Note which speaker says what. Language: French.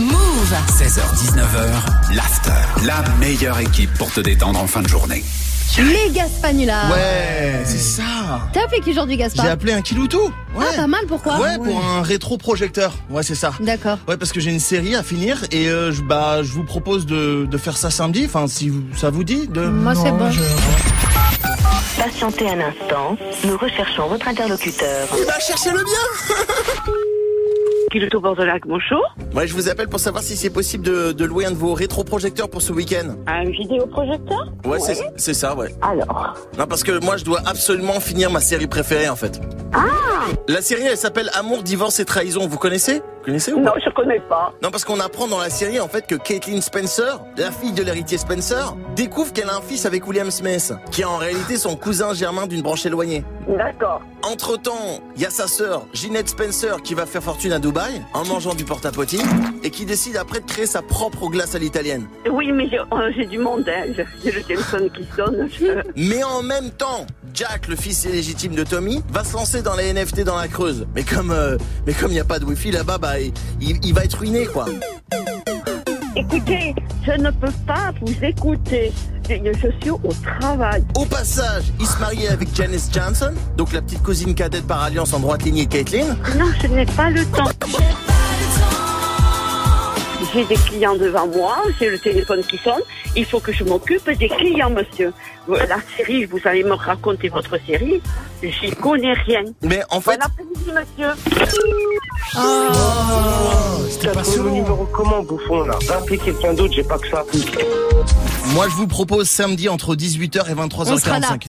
Speaker 1: Move
Speaker 2: 16h-19h, l'after. La meilleure équipe pour te détendre en fin de journée.
Speaker 3: Les Gaspanula.
Speaker 4: Ouais, c'est ça.
Speaker 3: T'as appelé qui aujourd'hui, Gaspard
Speaker 4: J'ai appelé un kilo tout. Ouais.
Speaker 3: Ah, pas mal, pourquoi
Speaker 4: Ouais, pour un rétroprojecteur. Ouais, c'est ça.
Speaker 3: D'accord.
Speaker 4: Ouais, parce que j'ai une série à finir et euh, je- bah je vous propose de, de faire ça samedi. Enfin, si vous- ça vous dit de.
Speaker 3: Moi, c'est bon.
Speaker 5: Patientez un instant, nous recherchons votre interlocuteur.
Speaker 4: Il va chercher le bien.
Speaker 6: Kiloto Bordelac, bonjour.
Speaker 4: Ouais, je vous appelle pour savoir si c'est possible de, de louer un de vos rétroprojecteurs pour ce week-end.
Speaker 6: Un vidéoprojecteur
Speaker 4: Ouais, c'est c'est ça, ouais.
Speaker 6: Alors,
Speaker 4: Non, parce que moi je dois absolument finir ma série préférée en fait.
Speaker 6: Ah
Speaker 4: La série elle s'appelle Amour, divorce et trahison. Vous connaissez Vous connaissez ou pas
Speaker 6: non, je connais pas.
Speaker 4: Non, parce qu'on apprend dans la série en fait que Caitlyn Spencer, la fille de l'héritier Spencer, découvre qu'elle a un fils avec William Smith, qui est en réalité son cousin germain d'une branche éloignée.
Speaker 6: D'accord.
Speaker 4: Entre temps, il y a sa sœur, Ginette Spencer, qui va faire fortune à Dubaï en mangeant du porte-à-potty et qui décide après de créer sa propre glace à l'italienne.
Speaker 6: Oui, mais j'ai euh, j'ai du monde. hein. J'ai j'ai le téléphone qui sonne. Je- euh,
Speaker 4: Mais en même temps, Jack, le fils illégitime de Tommy, va se lancer dans les NFT dans la Creuse. Mais comme euh, mais comme il n'y a pas de wifi là-bas, bah, il, il- il va être ruiné quoi.
Speaker 6: Écoutez, je ne peux pas vous écouter. Je, je suis au travail.
Speaker 4: Au passage, il se mariait avec Janice Johnson, donc la petite cousine cadette par alliance en droite lignée de Caitlyn.
Speaker 6: Non, je n'ai pas le temps. J'ai des clients devant moi, j'ai le téléphone qui sonne. Il faut que je m'occupe des clients, monsieur. La série, vous allez me raconter votre série. J'y connais rien.
Speaker 4: Mais en fait,
Speaker 6: Bon après-midi, monsieur.
Speaker 4: Oh,
Speaker 7: T'as trouvé le numéro comment, bouffon, là Va appeler quelqu'un d'autre, j'ai pas que ça.
Speaker 4: moi je vous propose samedi entre 18h et 23h45.
Speaker 3: On sera là.